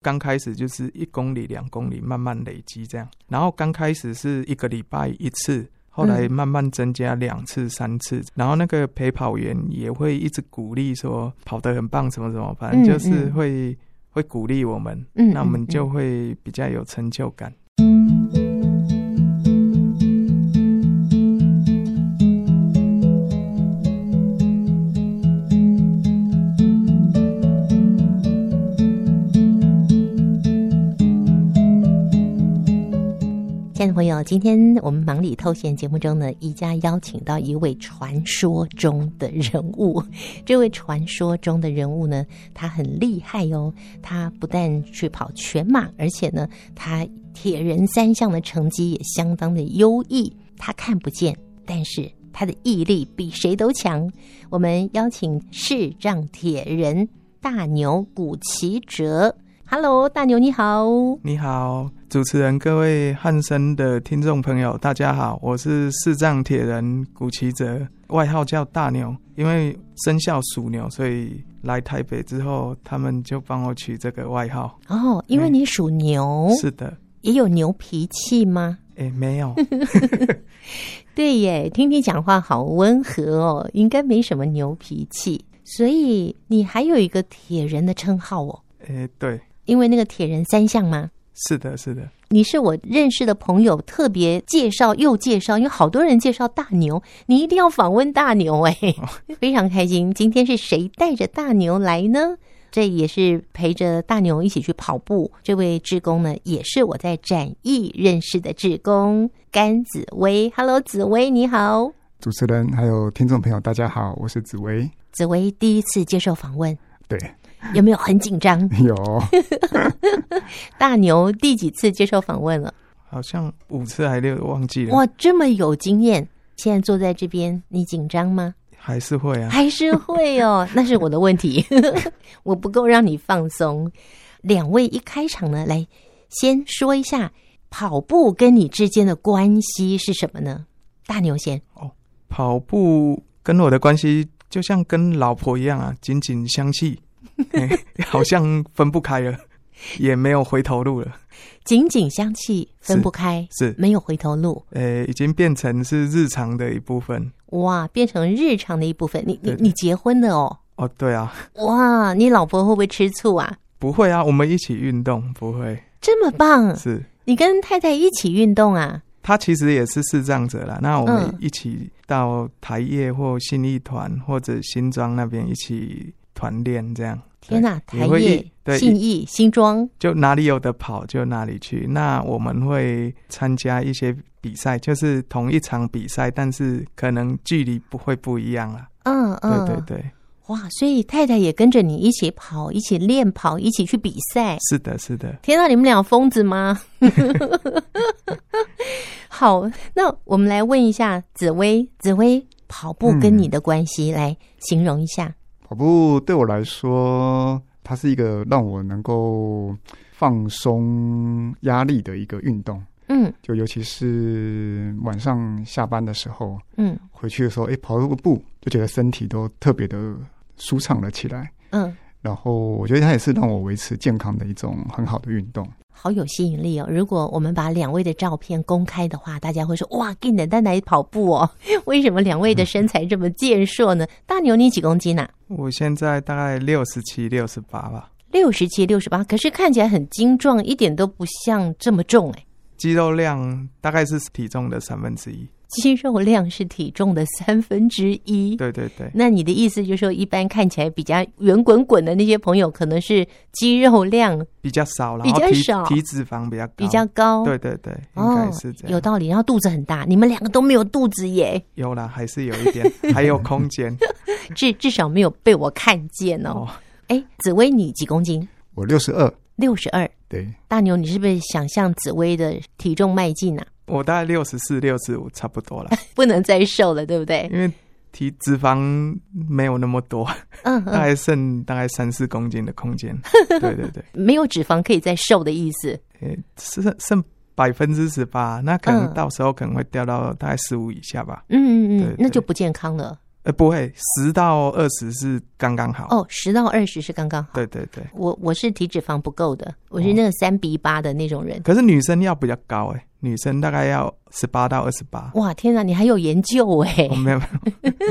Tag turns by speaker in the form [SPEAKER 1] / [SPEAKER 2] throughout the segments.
[SPEAKER 1] 刚开始就是一公里、两公里，慢慢累积这样。然后刚开始是一个礼拜一次，后来慢慢增加两次、三次。然后那个陪跑员也会一直鼓励说跑得很棒，什么什么，反正就是
[SPEAKER 2] 嗯嗯
[SPEAKER 1] 会、会鼓励我们，
[SPEAKER 2] 嗯
[SPEAKER 1] 那我们
[SPEAKER 2] 嗯
[SPEAKER 1] 就会比较有成就感。
[SPEAKER 2] 亲爱的朋友，今天我们忙里偷闲节目中呢，宜家邀请到一位传说中的人物。这位传说中的人物呢，他很厉害哦。他不但去跑全马，而且呢，他铁人三项的成绩也相当的优异。他看不见，但是他的毅力比谁都强。我们邀请视障铁人大牛古奇哲。Hello，大牛你好。
[SPEAKER 1] 你好，主持人，各位汉森的听众朋友，大家好，我是视障铁人古奇哲，外号叫大牛，因为生肖属牛，所以来台北之后，他们就帮我取这个外号。
[SPEAKER 2] 哦，因为
[SPEAKER 1] 嗯
[SPEAKER 2] 你属牛，
[SPEAKER 1] 是的，
[SPEAKER 2] 也有牛脾气吗？
[SPEAKER 1] 哎、没有，
[SPEAKER 2] 对耶，听你讲话好温和哦，应该没什么牛脾气，所以你还有一个铁人的称号哦，
[SPEAKER 1] 哎、对，
[SPEAKER 2] 因为那个铁人三项嘛。
[SPEAKER 1] 是的，是的，
[SPEAKER 2] 你是我认识的朋友特别介绍又介绍，因为好多人介绍大牛，你一定要访问大牛哎、非常开心。今天是谁带着大牛来呢？这也是陪着大牛一起去跑步。这位志工呢，也是我在展艺认识的志工甘紫薇。Hello，紫薇你好，
[SPEAKER 3] 主持人还有听众朋友，大家好，我是紫薇。
[SPEAKER 2] 紫薇第一次接受访问，
[SPEAKER 3] 对，
[SPEAKER 2] 有没有很紧张？
[SPEAKER 3] 有
[SPEAKER 2] 大牛第几次接受访问了？
[SPEAKER 1] 好像五次还六次忘记了，
[SPEAKER 2] 哇，这么有经验！现在坐在这边，你紧张吗？
[SPEAKER 1] 还是会 啊，
[SPEAKER 2] 还是会哦， 那是我的问题，我不够让你放松。两位一开场呢，来先说一下跑步跟你之间的关系是什么呢？大牛先，
[SPEAKER 1] 跑步跟我的关系就像跟老婆一样啊，紧紧相系、哎好像分不开了，也没有回头路了，
[SPEAKER 2] 紧紧相系，分不开，
[SPEAKER 1] 是。
[SPEAKER 2] 没有回头路，
[SPEAKER 1] 呃，已经变成是日常的一部分。
[SPEAKER 2] 哇，变成日常的一部分。你你
[SPEAKER 1] 对对
[SPEAKER 2] 你结婚了哦，
[SPEAKER 1] 哦，对啊，
[SPEAKER 2] 哇，你老婆会不会吃醋啊？
[SPEAKER 1] 不会啊，我们一起运动不会
[SPEAKER 2] 这么棒，
[SPEAKER 1] 是。
[SPEAKER 2] 你跟太太一起运动啊？
[SPEAKER 1] 他其实也是视障者啦，那我们
[SPEAKER 2] 嗯
[SPEAKER 1] 一起到台业或信义团或者新庄那边一起团练，这样
[SPEAKER 2] 天哪，
[SPEAKER 1] 对
[SPEAKER 2] 台
[SPEAKER 1] 也会
[SPEAKER 2] 业
[SPEAKER 1] 一、对
[SPEAKER 2] 信义、新庄，
[SPEAKER 1] 就哪里有的跑就哪里去。那我们会参加一些比赛，就是同一场比赛，但是可能距离不会不一样啦。
[SPEAKER 2] 嗯嗯，
[SPEAKER 1] 对对对，
[SPEAKER 2] 哇，所以太太也跟着你一起跑，一起练跑，一起去比赛。
[SPEAKER 1] 是的，是的。
[SPEAKER 2] 天哪，你们俩疯子吗？ 好，那我们来问一下紫薇，紫薇跑步跟你的关系、来形容一下。
[SPEAKER 3] 跑步对我来说，它是一个让我能够放松压力的一个运动。
[SPEAKER 2] 嗯
[SPEAKER 3] 就尤其是晚上下班的时候，
[SPEAKER 2] 嗯
[SPEAKER 3] 回去的时候，哎、跑个步就觉得身体都特别的舒畅了起来。
[SPEAKER 2] 嗯，
[SPEAKER 3] 然后我觉得它也是让我维持健康的一种很好的运动。
[SPEAKER 2] 好有吸引力哦！如果我们把两位的照片公开的话，大家会说哇，跟你的蛋奶跑步哦， 为什么两位的身材这么健硕 呢？大牛你几公斤啊？
[SPEAKER 1] 我现在大概六十七、六十八吧。
[SPEAKER 2] 六十七、六十八，可是看起来很精壮，一点都不像这么重哎。
[SPEAKER 1] 肌肉量大概是体重的三分之一。
[SPEAKER 2] 肌肉量是体重的三分之一。
[SPEAKER 1] 对对对，
[SPEAKER 2] 那你的意思就是说，一般看起来比较圆滚滚的那些朋友，可能是肌肉量
[SPEAKER 1] 比较少，然
[SPEAKER 2] 比
[SPEAKER 1] 后
[SPEAKER 2] 较
[SPEAKER 1] 体
[SPEAKER 2] 少
[SPEAKER 1] 体脂肪比较高，
[SPEAKER 2] 比较高。
[SPEAKER 1] 啊对对对，应
[SPEAKER 2] 哦
[SPEAKER 1] 该是这，样。
[SPEAKER 2] 有道理。然后肚子很大，你们两个都没有肚子耶，
[SPEAKER 1] 有啦，还是有一 点，还有空间。
[SPEAKER 2] 至至少没有被我看见哦
[SPEAKER 1] 嗯哦。
[SPEAKER 2] 哎、紫薇你几公斤？
[SPEAKER 3] 我六十二，
[SPEAKER 2] 六十二。
[SPEAKER 3] 对，
[SPEAKER 2] 大牛，你是不是想向紫薇的体重迈进啊？
[SPEAKER 1] 我大概六十四、六十五差不多 啦，
[SPEAKER 2] 不能再瘦了，对不对？
[SPEAKER 1] 因为体脂肪没有那么多，
[SPEAKER 2] 嗯
[SPEAKER 1] 大
[SPEAKER 2] 嗯，
[SPEAKER 1] 概剩大概三四公斤的空 间。对对对，
[SPEAKER 2] 没有脂肪可以再瘦的意思。
[SPEAKER 1] 诶，剩剩百分之十八，那可能
[SPEAKER 2] 嗯
[SPEAKER 1] 到时候可能会掉到大概十五以下吧。
[SPEAKER 2] 嗯嗯
[SPEAKER 1] 对
[SPEAKER 2] 嗯，那
[SPEAKER 1] 对
[SPEAKER 2] 就不健康了。
[SPEAKER 1] 呃，不会，十到二十是刚刚好。
[SPEAKER 2] 哦，十到二十是刚刚好。
[SPEAKER 1] 对对对，
[SPEAKER 2] 我我是体脂肪不够的，我
[SPEAKER 1] 哦
[SPEAKER 2] 是那个三比八的那种人。
[SPEAKER 1] 可是女生要比较高哎、女生大概要十八到二十八。
[SPEAKER 2] 哇，天哪，你还有研究哎、
[SPEAKER 1] 我没有，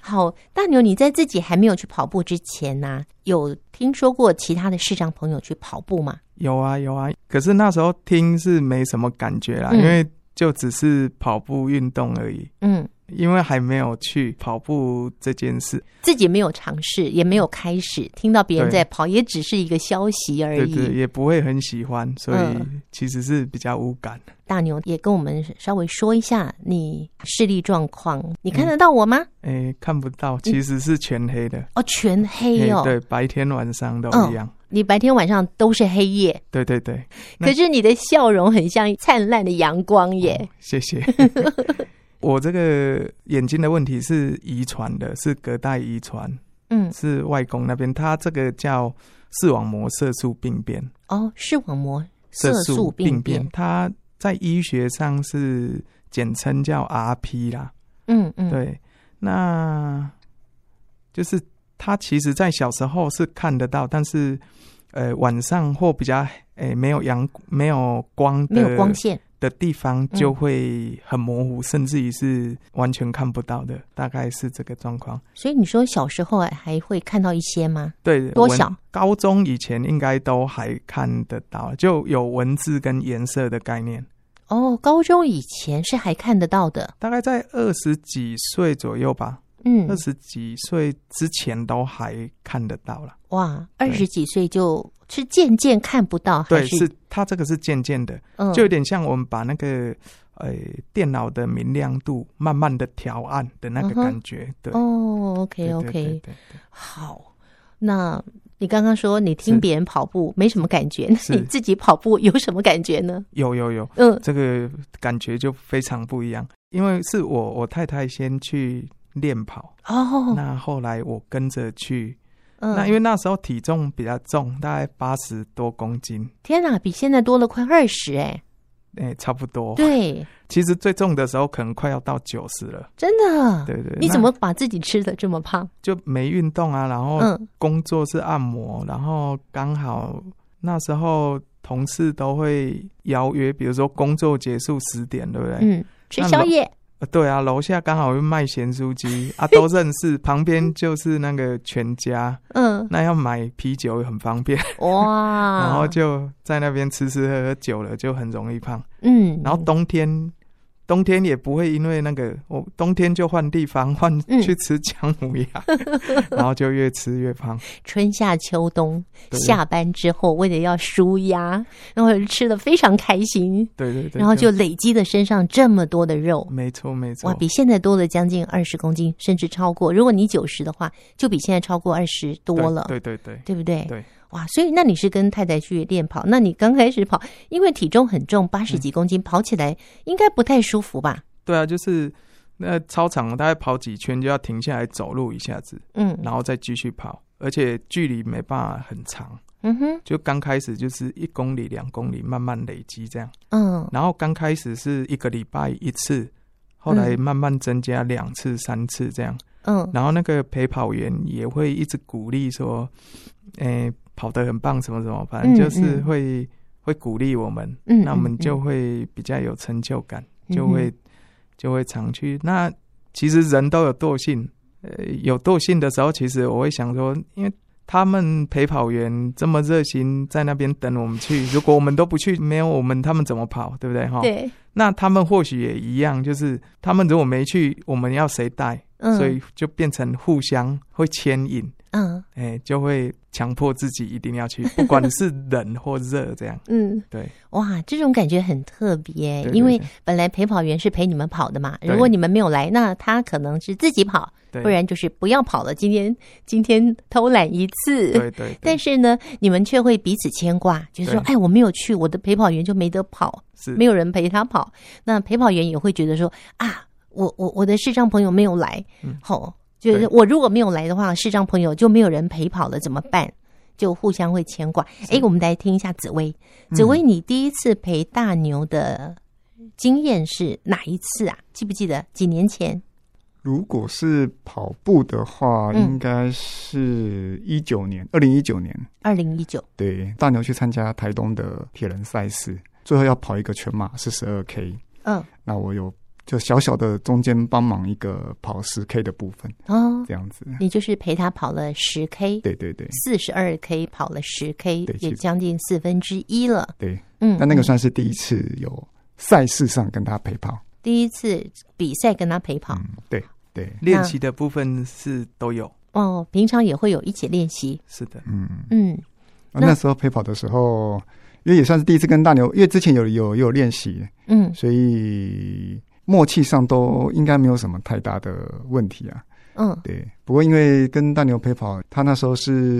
[SPEAKER 2] 好，大牛，你在自己还没有去跑步之前呢、有听说过其他的视障朋友去跑步吗？
[SPEAKER 1] 有啊有啊，可是那时候听是没什么感觉啦，
[SPEAKER 2] 嗯
[SPEAKER 1] 因为就只是跑步运动而已，
[SPEAKER 2] 嗯，
[SPEAKER 1] 因为还没有去跑步这件事。
[SPEAKER 2] 自己没有尝试，也没有开始，听到别人
[SPEAKER 1] 对
[SPEAKER 2] 在跑，也只是一个消息而
[SPEAKER 1] 对
[SPEAKER 2] 已。
[SPEAKER 1] 对，也不会很喜欢，所以
[SPEAKER 2] 嗯
[SPEAKER 1] 其实是比较无感。
[SPEAKER 2] 大牛也跟我们稍微说一下你视力状况，你
[SPEAKER 1] 嗯
[SPEAKER 2] 看得到我吗？
[SPEAKER 1] 诶、看不到，
[SPEAKER 2] 嗯
[SPEAKER 1] 其实是全黑的。
[SPEAKER 2] 哦，全黑
[SPEAKER 1] 诶
[SPEAKER 2] 哦，
[SPEAKER 1] 对，白天晚上都一样。
[SPEAKER 2] 你白天晚上都是黑夜，
[SPEAKER 1] 对对对，那哦
[SPEAKER 2] 可是你的笑容很像灿烂的阳光 耶。
[SPEAKER 1] 谢 谢。我这个眼睛的问题是遗传的，是隔代遗传，
[SPEAKER 2] 嗯，
[SPEAKER 1] 是外公那边，他这个叫视网膜色素病变。
[SPEAKER 2] 哦，视网膜色
[SPEAKER 1] 色
[SPEAKER 2] 素
[SPEAKER 1] 素病
[SPEAKER 2] 变
[SPEAKER 1] 变，，它在医学上是简称叫 RP 啦。
[SPEAKER 2] 嗯嗯，，
[SPEAKER 1] 对，那就是他其实在小时候是看得到，但是呃晚上或比较呃没有阳没有光的
[SPEAKER 2] 没有光线。嗯
[SPEAKER 1] 的地方就会很模糊，甚至于是完全看不到的，大概是这个状况。
[SPEAKER 2] 所以你说小时候还会看到一些吗？
[SPEAKER 1] 对，
[SPEAKER 2] 多
[SPEAKER 1] 文
[SPEAKER 2] 小？
[SPEAKER 1] 高中以前应该都还看得到，就有文字跟颜色的概念。
[SPEAKER 2] 哦，高中以前是还看得到的，
[SPEAKER 1] 大概在二十几岁左右吧，
[SPEAKER 2] 嗯
[SPEAKER 1] 二，十几岁之前都还看得到了。
[SPEAKER 2] 哇，
[SPEAKER 1] 对
[SPEAKER 2] 二十几岁就是渐渐看不到，还
[SPEAKER 1] 对，是它这个是渐渐的，
[SPEAKER 2] 嗯，
[SPEAKER 1] 就有点像我们把那个呃电脑的明亮度慢慢的调暗的那
[SPEAKER 2] 嗯
[SPEAKER 1] 个
[SPEAKER 2] 哼
[SPEAKER 1] 感觉。对
[SPEAKER 2] 哦，OK
[SPEAKER 1] 对对
[SPEAKER 2] OK，
[SPEAKER 1] 对对对
[SPEAKER 2] 好，那你刚刚说你听
[SPEAKER 1] 是
[SPEAKER 2] 别人跑步没什么感觉，那你
[SPEAKER 1] 是
[SPEAKER 2] 自己跑步有什么感觉呢？
[SPEAKER 1] 有有有，
[SPEAKER 2] 嗯
[SPEAKER 1] 这个感觉就非常不一样，因为是我我太太先去练跑，
[SPEAKER 2] 哦，
[SPEAKER 1] 那后来我跟着去，
[SPEAKER 2] 嗯，
[SPEAKER 1] 那因
[SPEAKER 2] 为
[SPEAKER 1] 为那时候体重比较重，大概八十多公斤，
[SPEAKER 2] 天哪，比现在多了快二十哎，
[SPEAKER 1] 哎、差不多。
[SPEAKER 2] 对，
[SPEAKER 1] 其实最重的时候可能快要到九十了，
[SPEAKER 2] 真的，
[SPEAKER 1] 对对。
[SPEAKER 2] 啊你
[SPEAKER 1] 那
[SPEAKER 2] 怎么把自己吃的这么胖？
[SPEAKER 1] 就没运动啊？然后
[SPEAKER 2] 嗯
[SPEAKER 1] 工作是按摩，然后刚好那时候同事都会邀约，比如说工作结束十点，对不对？
[SPEAKER 2] 嗯，吃
[SPEAKER 1] 那
[SPEAKER 2] 宵
[SPEAKER 1] 老
[SPEAKER 2] 夜，
[SPEAKER 1] 呃对啊，楼下刚好又卖咸酥鸡啊，都认识，旁边就是那个全家，
[SPEAKER 2] 嗯，
[SPEAKER 1] 那要买啤酒也很方便，
[SPEAKER 2] 哇，
[SPEAKER 1] 然后就在那边吃吃喝喝，久了就很容易胖。
[SPEAKER 2] 嗯，
[SPEAKER 1] 然后冬天，冬天也不会因为那个，我冬天就换地方，换
[SPEAKER 2] 嗯
[SPEAKER 1] 去吃姜母 鸭，然后就越吃越胖。
[SPEAKER 2] 春夏秋冬，
[SPEAKER 1] 对
[SPEAKER 2] 下班之后为了要舒压， 然后吃的非常开心，
[SPEAKER 1] 对对对，
[SPEAKER 2] 然后就累积的身上这么多的肉，
[SPEAKER 1] 没错没错
[SPEAKER 2] 哇，，比现在多了将近二十公斤，甚至超过。如果你九十的话，就比现在超过二十
[SPEAKER 1] 对
[SPEAKER 2] 多了，
[SPEAKER 1] 对对对，
[SPEAKER 2] 对不对？
[SPEAKER 1] 对，
[SPEAKER 2] 哇，所以那你是跟太太去练跑？那你刚开始跑，因为体重很重，八十几公
[SPEAKER 1] 嗯
[SPEAKER 2] 斤，跑起来应该不太舒服吧？
[SPEAKER 1] 对啊，就是那操场大概跑几圈就要停下来走路一下子，
[SPEAKER 2] 嗯，
[SPEAKER 1] 然后再继续跑，而且距离没办法很长，
[SPEAKER 2] 嗯哼，
[SPEAKER 1] 就刚开始就是一公里两公里慢慢累积这样，
[SPEAKER 2] 嗯，
[SPEAKER 1] 然后刚开始是一个礼拜一次。后来
[SPEAKER 2] 嗯
[SPEAKER 1] 慢慢增加两次、三次这样，
[SPEAKER 2] 嗯，
[SPEAKER 1] 然后那个陪跑员也会一直鼓励说：“诶、跑得很棒，什么什么，反正
[SPEAKER 2] 嗯
[SPEAKER 1] 就是
[SPEAKER 2] 嗯
[SPEAKER 1] 会、会鼓励我们，
[SPEAKER 2] 嗯
[SPEAKER 1] 那我们就会比较有成就感，
[SPEAKER 2] 嗯
[SPEAKER 1] 就会就会常去。那其实人都有惰性，呃，有惰性的时候，其实我会想说，因为他们陪跑员这么热心，在那边等我们去，如果我们都不去，没有我们，他们怎么跑，对不对？哈，
[SPEAKER 2] 嗯对，
[SPEAKER 1] 那他们或许也一样，就是他们如果没去，我们要谁带？
[SPEAKER 2] 嗯，
[SPEAKER 1] 所以就变成互相会牵引，
[SPEAKER 2] 嗯
[SPEAKER 1] 哎、就会强迫自己一定要去，不管是冷或热，这样
[SPEAKER 2] 嗯，
[SPEAKER 1] 对。
[SPEAKER 2] 哇，这种感觉很特别，
[SPEAKER 1] 对
[SPEAKER 2] 哎因为
[SPEAKER 1] 对
[SPEAKER 2] 本来陪跑员是陪你们跑的嘛，
[SPEAKER 1] 对
[SPEAKER 2] 如果你们没有来，那他可能是自己跑，
[SPEAKER 1] 对
[SPEAKER 2] 不然就是不要跑了，今天今天偷懒一次。
[SPEAKER 1] 对对，
[SPEAKER 2] 但
[SPEAKER 1] 是
[SPEAKER 2] 是呢，你们却会彼此牵挂，就是说，
[SPEAKER 1] 对
[SPEAKER 2] 哎，我没有去，我的陪跑员就没得跑，
[SPEAKER 1] 是
[SPEAKER 2] 没有人陪他跑。那陪跑员也会觉得说，啊，我我我的视障朋友没有来
[SPEAKER 1] 嗯，
[SPEAKER 2] 吼、就是
[SPEAKER 1] 对
[SPEAKER 2] 我如果没有来的话，视障朋友就没有人陪跑了，怎么办？就互相会牵挂。哎，我们来听一下紫薇，
[SPEAKER 3] 嗯
[SPEAKER 2] 紫薇，你第一次陪大牛的经验是哪一次啊？记不记得？几年前？
[SPEAKER 3] 如果是跑步的话，
[SPEAKER 2] 嗯
[SPEAKER 3] 应该是一九年，二零一九年，
[SPEAKER 2] 二零一九，
[SPEAKER 3] 对，大牛去参加台东的铁人赛事，最后要跑一个全马是十二 K，
[SPEAKER 2] 嗯，
[SPEAKER 3] 那我有就小小的中间帮忙一个跑十 K 的部分，
[SPEAKER 2] 哦，
[SPEAKER 3] 这样子，
[SPEAKER 2] 你就是陪他跑了十 K，
[SPEAKER 3] 对对对
[SPEAKER 2] 四十二 K 跑了十 K，
[SPEAKER 3] 对
[SPEAKER 2] 也
[SPEAKER 3] 其实
[SPEAKER 2] 将近四分之一了。
[SPEAKER 3] 对，
[SPEAKER 2] 嗯，
[SPEAKER 3] 但那
[SPEAKER 2] 嗯
[SPEAKER 3] 个算是第一次有赛事上跟他陪跑，
[SPEAKER 2] 第一次比赛跟他陪跑、
[SPEAKER 3] 嗯，对对，
[SPEAKER 2] 嗯
[SPEAKER 1] 练习的部分是都有，
[SPEAKER 2] 哦，平常也会有一起练习。
[SPEAKER 1] 是的，
[SPEAKER 3] 嗯，
[SPEAKER 2] 嗯，
[SPEAKER 3] 那
[SPEAKER 2] 那
[SPEAKER 3] 那时候陪跑的时候，因为也算是第一次跟大牛，因为之前有有有练习，
[SPEAKER 2] 嗯
[SPEAKER 3] 所以默契上都应该没有什么太大的问题啊。
[SPEAKER 2] 嗯
[SPEAKER 3] 对，不过因为跟大牛陪跑，他那时候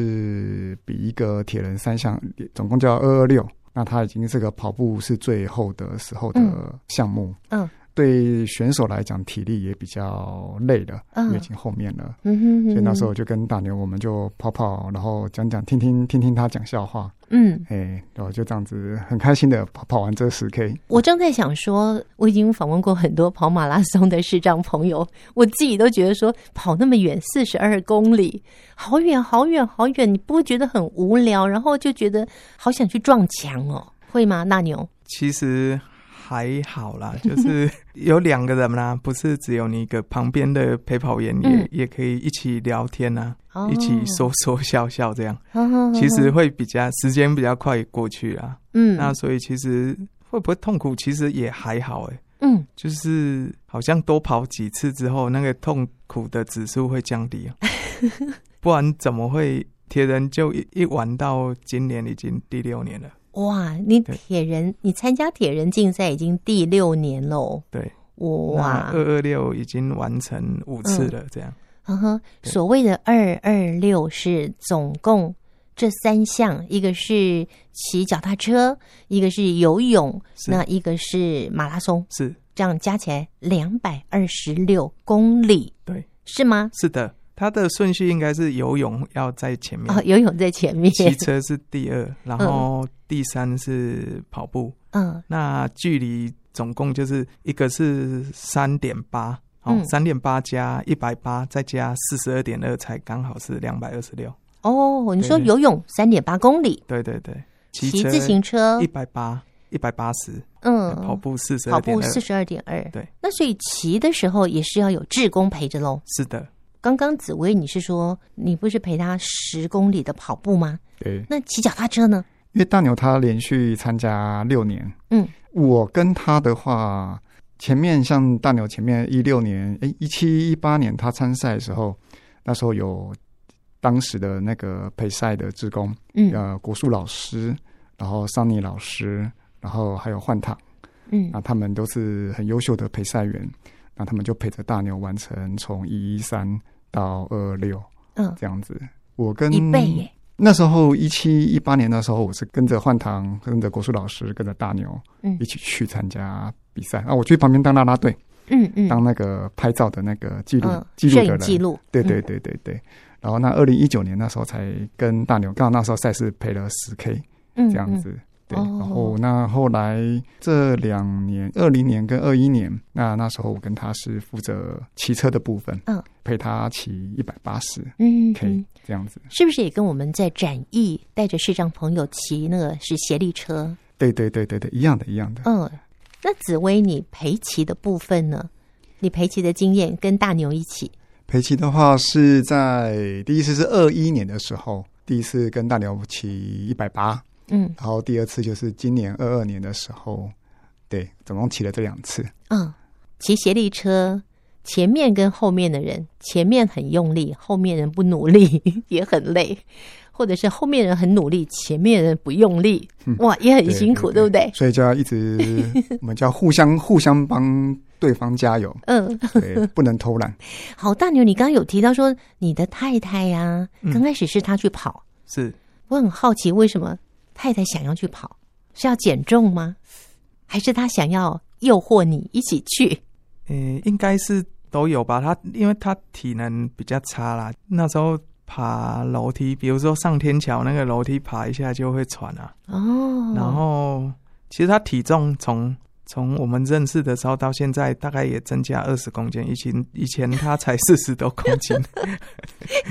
[SPEAKER 3] 是比一个铁人三项，总共叫二二六，那他已经这个跑步是最后的时候的项目。
[SPEAKER 2] 嗯嗯
[SPEAKER 3] 对选手来讲，体力也比较累了，
[SPEAKER 2] 嗯
[SPEAKER 3] 也已经后面了。
[SPEAKER 2] 嗯哼
[SPEAKER 3] 所以那时候
[SPEAKER 2] 哼
[SPEAKER 3] 我就跟大牛，我们就跑跑，然后讲讲、听听、听听他讲笑话，
[SPEAKER 2] 嗯，
[SPEAKER 3] 哎、然后就这样子很开心的跑跑完这十 K。
[SPEAKER 2] 我正在想说，我已经访问过很多跑马拉松的视障朋友， 我自己都觉得说，跑那么远，四十二公里，好远好远好远，你不会觉得很无聊，然后就觉得好想去撞墙哦，会吗？那牛，
[SPEAKER 1] 其实还好啦，就是 有两个人啦，不是只有你一个，旁边的陪跑员也、
[SPEAKER 2] 嗯
[SPEAKER 1] 也可以一起聊天啊，
[SPEAKER 2] 哦嗯
[SPEAKER 1] 一起说 说笑笑这样，
[SPEAKER 2] 好好好
[SPEAKER 1] 其实会比较时间比较快过去啦。
[SPEAKER 2] 嗯
[SPEAKER 1] 那所以其实会不会痛苦，其实也还好诶、
[SPEAKER 2] 嗯，
[SPEAKER 1] 就是好像多跑几次之后，那个痛苦的指数会降低、 啊，不然怎么会铁人就一一玩到今年已经第六年了？
[SPEAKER 2] 哇，你
[SPEAKER 1] 对
[SPEAKER 2] 铁人，你参加铁人竞赛已经第六年哦喽，
[SPEAKER 1] 对，
[SPEAKER 2] 哇，
[SPEAKER 1] 二二六已经完成五次了，这样、
[SPEAKER 2] 呵呵，
[SPEAKER 1] 对
[SPEAKER 2] 嗯所谓的二二六是总共这三项，一个是骑脚踏车，一个是游泳，
[SPEAKER 1] 是
[SPEAKER 2] 那一个是马拉松，
[SPEAKER 1] 是
[SPEAKER 2] 这样加起来两百二十六公里，
[SPEAKER 1] 对，
[SPEAKER 2] 是吗？
[SPEAKER 1] 是的。它的顺序应该是游泳要在前面，
[SPEAKER 2] 哦，游嗯泳在前面，
[SPEAKER 1] 骑车是第二，然后第三是跑步。
[SPEAKER 2] 嗯
[SPEAKER 1] 那距离总共就是一个是三点八，哦
[SPEAKER 2] 嗯，
[SPEAKER 1] 三点八加一百八，再加四十二点二，才刚好是两百二十六。
[SPEAKER 2] 哦，你说
[SPEAKER 1] 对对
[SPEAKER 2] 游泳三点八公里，
[SPEAKER 1] 对对对，骑
[SPEAKER 2] 骑
[SPEAKER 1] 车
[SPEAKER 2] 自行车
[SPEAKER 1] 一，百八，一百八十，
[SPEAKER 2] 嗯，
[SPEAKER 1] 跑步四十
[SPEAKER 2] 跑
[SPEAKER 1] 二点
[SPEAKER 2] 步
[SPEAKER 1] 二，
[SPEAKER 2] 四十二点二，
[SPEAKER 1] 对，
[SPEAKER 2] 那所以骑的时候也是要有志工陪着喽。
[SPEAKER 1] 是的，
[SPEAKER 2] 刚刚紫薇，你是说你不是陪他十公里的跑步吗？
[SPEAKER 3] 对，
[SPEAKER 2] 那骑脚踏车呢？
[SPEAKER 3] 因为大牛他连续参加六年，
[SPEAKER 2] 嗯，
[SPEAKER 3] 我跟他的话，前面像大牛前面一六年，哎，一七一八年他参赛的时候，那时候有当时的那个陪赛的职工，
[SPEAKER 2] 嗯
[SPEAKER 3] 呃，国术老师，然后桑尼老师，然后还有幻塔，
[SPEAKER 2] 嗯
[SPEAKER 3] 那他们都是很优秀的陪赛员，那他们就陪着大牛完成从一一三到二六
[SPEAKER 2] 嗯，
[SPEAKER 3] 这样子。我跟
[SPEAKER 2] 一倍耶，
[SPEAKER 3] 那时候一七一八年的时候，我是跟着幻堂、跟着国术老师、跟着大牛
[SPEAKER 2] 嗯
[SPEAKER 3] 一起去参加比赛。啊，我去旁边当啦啦队，
[SPEAKER 2] 嗯嗯，
[SPEAKER 3] 当那个拍照的那个记录、
[SPEAKER 2] 嗯
[SPEAKER 3] 记录
[SPEAKER 2] 摄
[SPEAKER 3] 的
[SPEAKER 2] 影
[SPEAKER 3] 人，
[SPEAKER 2] 记录，
[SPEAKER 3] 对对
[SPEAKER 2] 嗯，
[SPEAKER 3] 对对对。然后那二零一九年那时候才跟大牛，刚好那时候赛事赔了十 K
[SPEAKER 2] 嗯
[SPEAKER 3] 这样，子。对，
[SPEAKER 2] 哦
[SPEAKER 3] 然后那后来这两年，二零年跟二一年，那那时候我跟他是负责骑车的部分，
[SPEAKER 2] 嗯，
[SPEAKER 3] 陪他骑一百八十
[SPEAKER 2] 嗯嗯
[SPEAKER 3] K
[SPEAKER 2] 嗯，
[SPEAKER 3] 这样子。
[SPEAKER 2] 是不是也跟我们在展翼带着视障朋友骑那个是协力车？
[SPEAKER 3] 对对对对对，一样的，一样的。
[SPEAKER 2] 嗯，那紫薇你陪骑的部分呢？你陪骑的经验跟大牛一起，
[SPEAKER 3] 陪骑的话是在第一次是二一年的时候，第一次跟大牛骑一百八，
[SPEAKER 2] 嗯
[SPEAKER 3] 然后第二次就是今年二二年的时候，对，总共骑了这两次。
[SPEAKER 2] 嗯，骑协力车。前面跟后面的人，前面很用力，后面人不努力 也很累，或者是后面人很努力，前面人不用力，哇，也很
[SPEAKER 3] 对
[SPEAKER 2] 辛苦，
[SPEAKER 3] 对
[SPEAKER 2] 不对？
[SPEAKER 3] 所以就要一直， 我们就要互相互相帮对方加油，
[SPEAKER 2] 嗯，
[SPEAKER 3] 对，不能偷懒。
[SPEAKER 2] 好，大牛，你刚刚有提到说你的太太呀、
[SPEAKER 1] 嗯
[SPEAKER 2] 刚开始是她去跑，
[SPEAKER 1] 是
[SPEAKER 2] 我很好奇为什么太太想要去跑，是要减重吗？还是她想要诱惑你一起去？
[SPEAKER 1] 呃，应该是都有吧。他因为他体能比较差啦，那时候爬楼梯，比如说上天桥那个楼梯爬一下就会喘啊。
[SPEAKER 2] 哦，
[SPEAKER 1] 然后其实他体重从从我们认识的时候到现在，大概也增加二十公斤。以前以前他才四十多公 斤，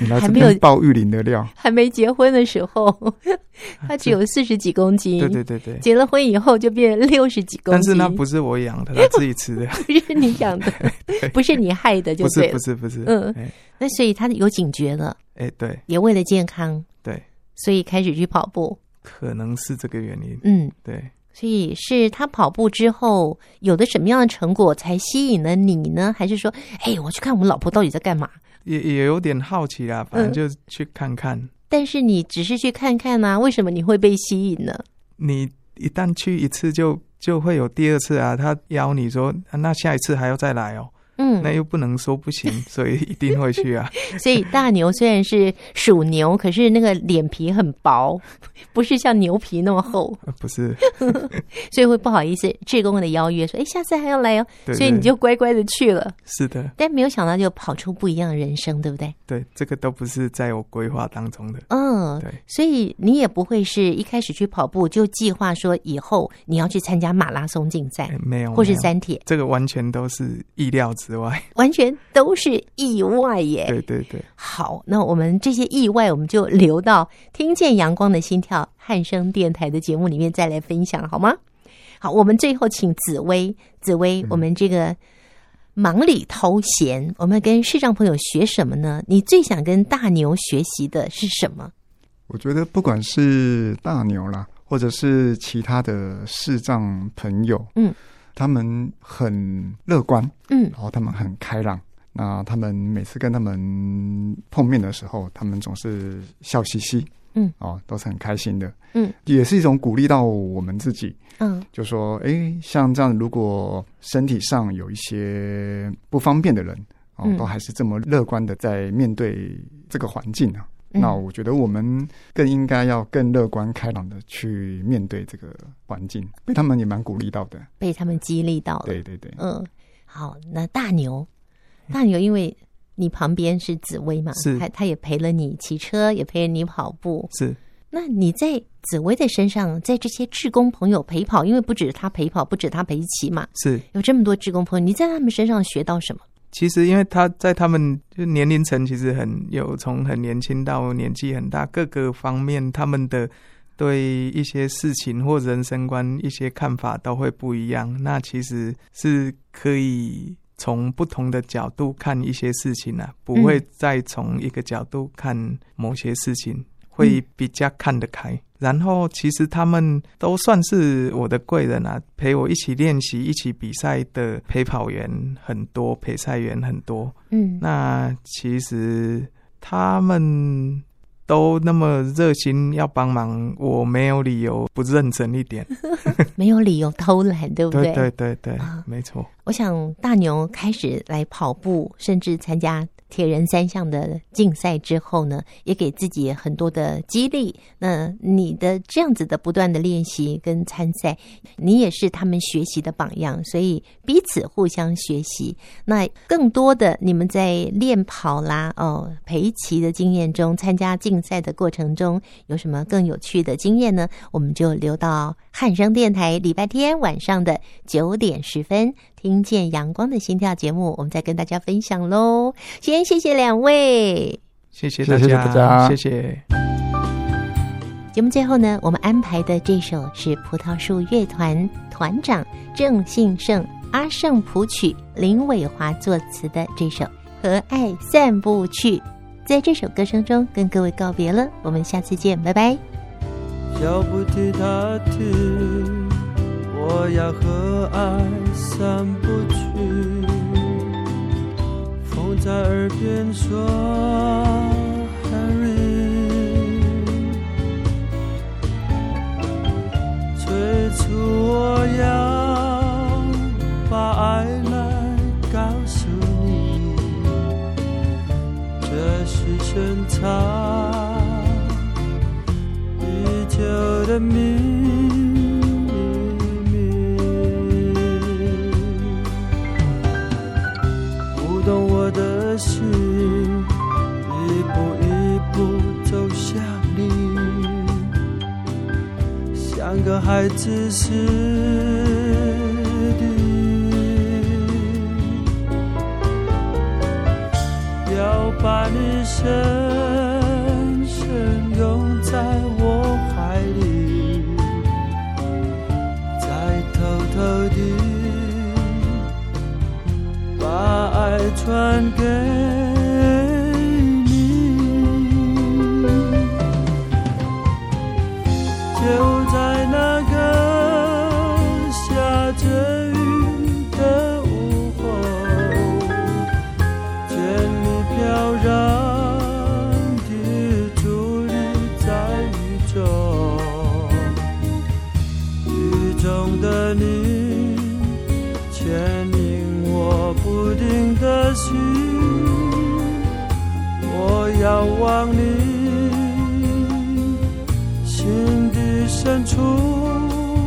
[SPEAKER 3] 你来
[SPEAKER 2] 还
[SPEAKER 3] 这
[SPEAKER 2] 没有
[SPEAKER 3] 边爆玉林的料，
[SPEAKER 2] 还没结婚的时候， 他只有四十几公斤，
[SPEAKER 1] 对对对对。
[SPEAKER 2] 结了婚以后就变六十几公斤。
[SPEAKER 1] 但是那 不是我养的，他自己吃的，
[SPEAKER 2] 不是你养 的，不是你害 的，就
[SPEAKER 1] 不是
[SPEAKER 2] 对
[SPEAKER 1] 不
[SPEAKER 2] 了。
[SPEAKER 1] 是不是。
[SPEAKER 2] 嗯
[SPEAKER 1] 哎
[SPEAKER 2] 那所以他有警觉了，
[SPEAKER 1] 哎，对
[SPEAKER 2] 也为了健康，
[SPEAKER 1] 对，
[SPEAKER 2] 所以开始去跑步。
[SPEAKER 1] 可能是这个原因。
[SPEAKER 2] 嗯，
[SPEAKER 1] 对，
[SPEAKER 2] 所以是他跑步之后有的什么样的成果才吸引了你呢？还是说，哎，我去看我们老婆到底在干嘛？
[SPEAKER 1] 也也有点好奇啦，反
[SPEAKER 2] 嗯
[SPEAKER 1] 正就去看看。
[SPEAKER 2] 但是你只是去看看啊，为什么你会被吸引呢？
[SPEAKER 1] 你一旦去一次就就会有第二次啊，他邀你说、啊那下一次还要再来哦，
[SPEAKER 2] 嗯，
[SPEAKER 1] 那又不能说不 行，所以一定会去啊。
[SPEAKER 2] 所以大牛虽然是属牛，可是那个脸皮很薄，不是像牛皮那么厚，
[SPEAKER 1] 呃不是，
[SPEAKER 2] 所以会不好意思志工的邀约说，哎，下次还要来哦，
[SPEAKER 1] 对
[SPEAKER 2] 所以你就乖乖的去了。
[SPEAKER 1] 是的，
[SPEAKER 2] 但没有想到就跑出不一样的人生，对不对？
[SPEAKER 1] 对，这个都不是在我规划当中的。
[SPEAKER 2] 嗯，
[SPEAKER 1] 对，
[SPEAKER 2] 所以你也不会是一开始去跑步就计划说以后你要去参加马拉松竞赛
[SPEAKER 1] 哎没有，
[SPEAKER 2] 或是
[SPEAKER 1] 没有，
[SPEAKER 2] 三铁，
[SPEAKER 1] 这个完全都是意料之外。
[SPEAKER 2] 完全都是意外耶。
[SPEAKER 1] 对对对，
[SPEAKER 2] 好，那我们这些意外，我们就留到《听见阳光的心跳》汉声电台的节目里面再来分享，好吗？好，我们最后请紫薇，紫
[SPEAKER 3] 嗯
[SPEAKER 2] 薇，我们这个忙里偷闲，我们跟视障朋友学什么呢？你最想跟大牛学习的是什么？
[SPEAKER 3] 我觉得不管是大牛啦，或者是其他的视障朋友，
[SPEAKER 2] 嗯，
[SPEAKER 3] 他们很乐观，
[SPEAKER 2] 嗯
[SPEAKER 3] 然后他们很开朗。那他们每次跟他们碰面的时候，他们总是笑嘻嘻，
[SPEAKER 2] 嗯，
[SPEAKER 3] 哦，都是很开心的，
[SPEAKER 2] 嗯，
[SPEAKER 3] 也是一种鼓励到我们自己，
[SPEAKER 2] 嗯
[SPEAKER 3] 就说，诶，像这样，如果身体上有一些不方便的人，哦
[SPEAKER 2] 嗯，
[SPEAKER 3] 都还是这么乐观的在面对这个环境啊，
[SPEAKER 2] 嗯
[SPEAKER 3] 那我觉得我们更应该要更乐观开朗的去面对这个环境，被他们也蛮鼓励到的。
[SPEAKER 2] 被他们激励到了。
[SPEAKER 3] 对对对，
[SPEAKER 2] 嗯，好，那大牛，大牛，因为你旁边是紫薇嘛，
[SPEAKER 1] 是
[SPEAKER 2] 他他也陪了你骑车，也陪了你跑步，
[SPEAKER 1] 是
[SPEAKER 2] 那你在紫薇的身上，在这些志工朋友陪跑，因为不止他陪跑，不止他陪骑嘛，
[SPEAKER 1] 是。
[SPEAKER 2] 有这么多志工朋友，你在他们身上学到什么？
[SPEAKER 1] 其实，因为他在他们就年龄层，其实很有从很年轻到年纪很大，各个方面他们的对一些事情或人生观一些看法都会不一样。那其实是可以从不同的角度看一些事情啊，不会再从一个角度看某些事情，会比较看得开。然后，其实他们都算是我的贵人啊，陪我一起练习、一起比赛的陪跑员很多，陪赛员很多。
[SPEAKER 2] 嗯
[SPEAKER 1] 那其实他们都那么热心要帮忙，我没有理由不认真一点。
[SPEAKER 2] 没有理由偷懒，对不
[SPEAKER 1] 对对对对
[SPEAKER 2] 啊，
[SPEAKER 1] 没错，
[SPEAKER 2] 我想大牛开始来跑步，甚至参加铁人三项的竞赛之后呢，也给自己很多的激励。那你的这样子的不断的练习跟参赛，你也是他们学习的榜样，所以彼此互相学习。那更多的你们在练跑啦、哦陪骑的经验中，参加竞赛的过程中，有什么更有趣的经验呢？我们就留到汉声电台礼拜天晚上的九点十分，听见阳光的心跳节目，我们再跟大家分享喽。先谢谢两位。
[SPEAKER 1] 谢谢
[SPEAKER 3] 谢
[SPEAKER 1] 大
[SPEAKER 3] 谢
[SPEAKER 1] 家，
[SPEAKER 3] 大家
[SPEAKER 1] 谢谢。
[SPEAKER 2] 节目最后呢，我们安排的这首是葡萄树乐团团长郑信胜、阿胜谱曲，林伟华作词的这首《和爱散步去》。在这首歌声中，跟各位告别了，我们下次见，拜拜。
[SPEAKER 4] 要不提他提，我要和爱散步去。风在耳边说，Harry，催促我要把爱来告诉你，这是深藏。已久的秘密，舞动我的心，一步一步走向你，像个孩子似深深拥在我怀里，再偷偷地把爱传给你。就在那个下着雨的午后，卷你飘然的伫立在雨中，雨中的你牵引我不定的心，我仰望你。心底深处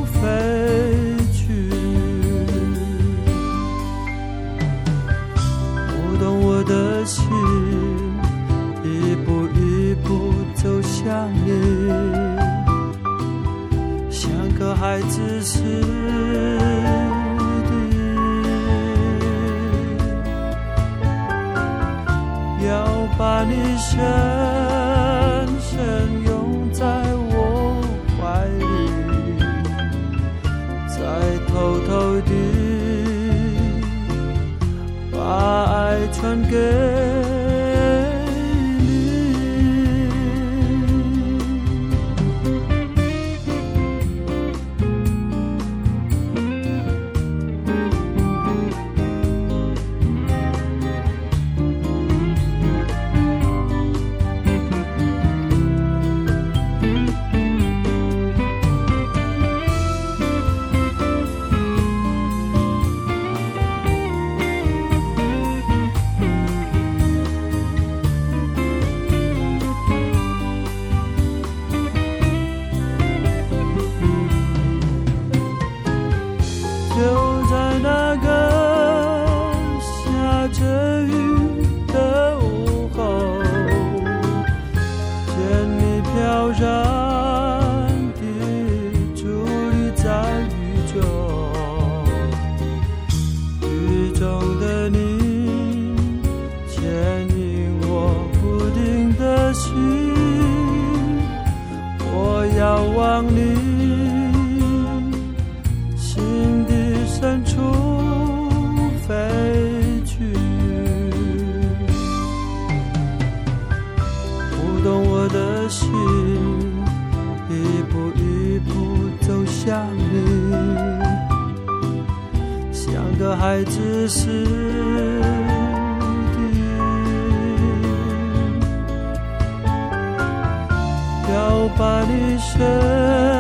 [SPEAKER 4] 飞去。舞动我的心，一步一步走向你，像个孩子似的。要把你深深拥在我怀里，再偷偷地把爱传给你。就在那个下着雨的午后，见你飘然地伫立在雨中，雨中的你牵引我不定的心，我遥望你。心底深处飞去，舞动我的心，一步一步走向你，像个孩子似的，要把你深。嗯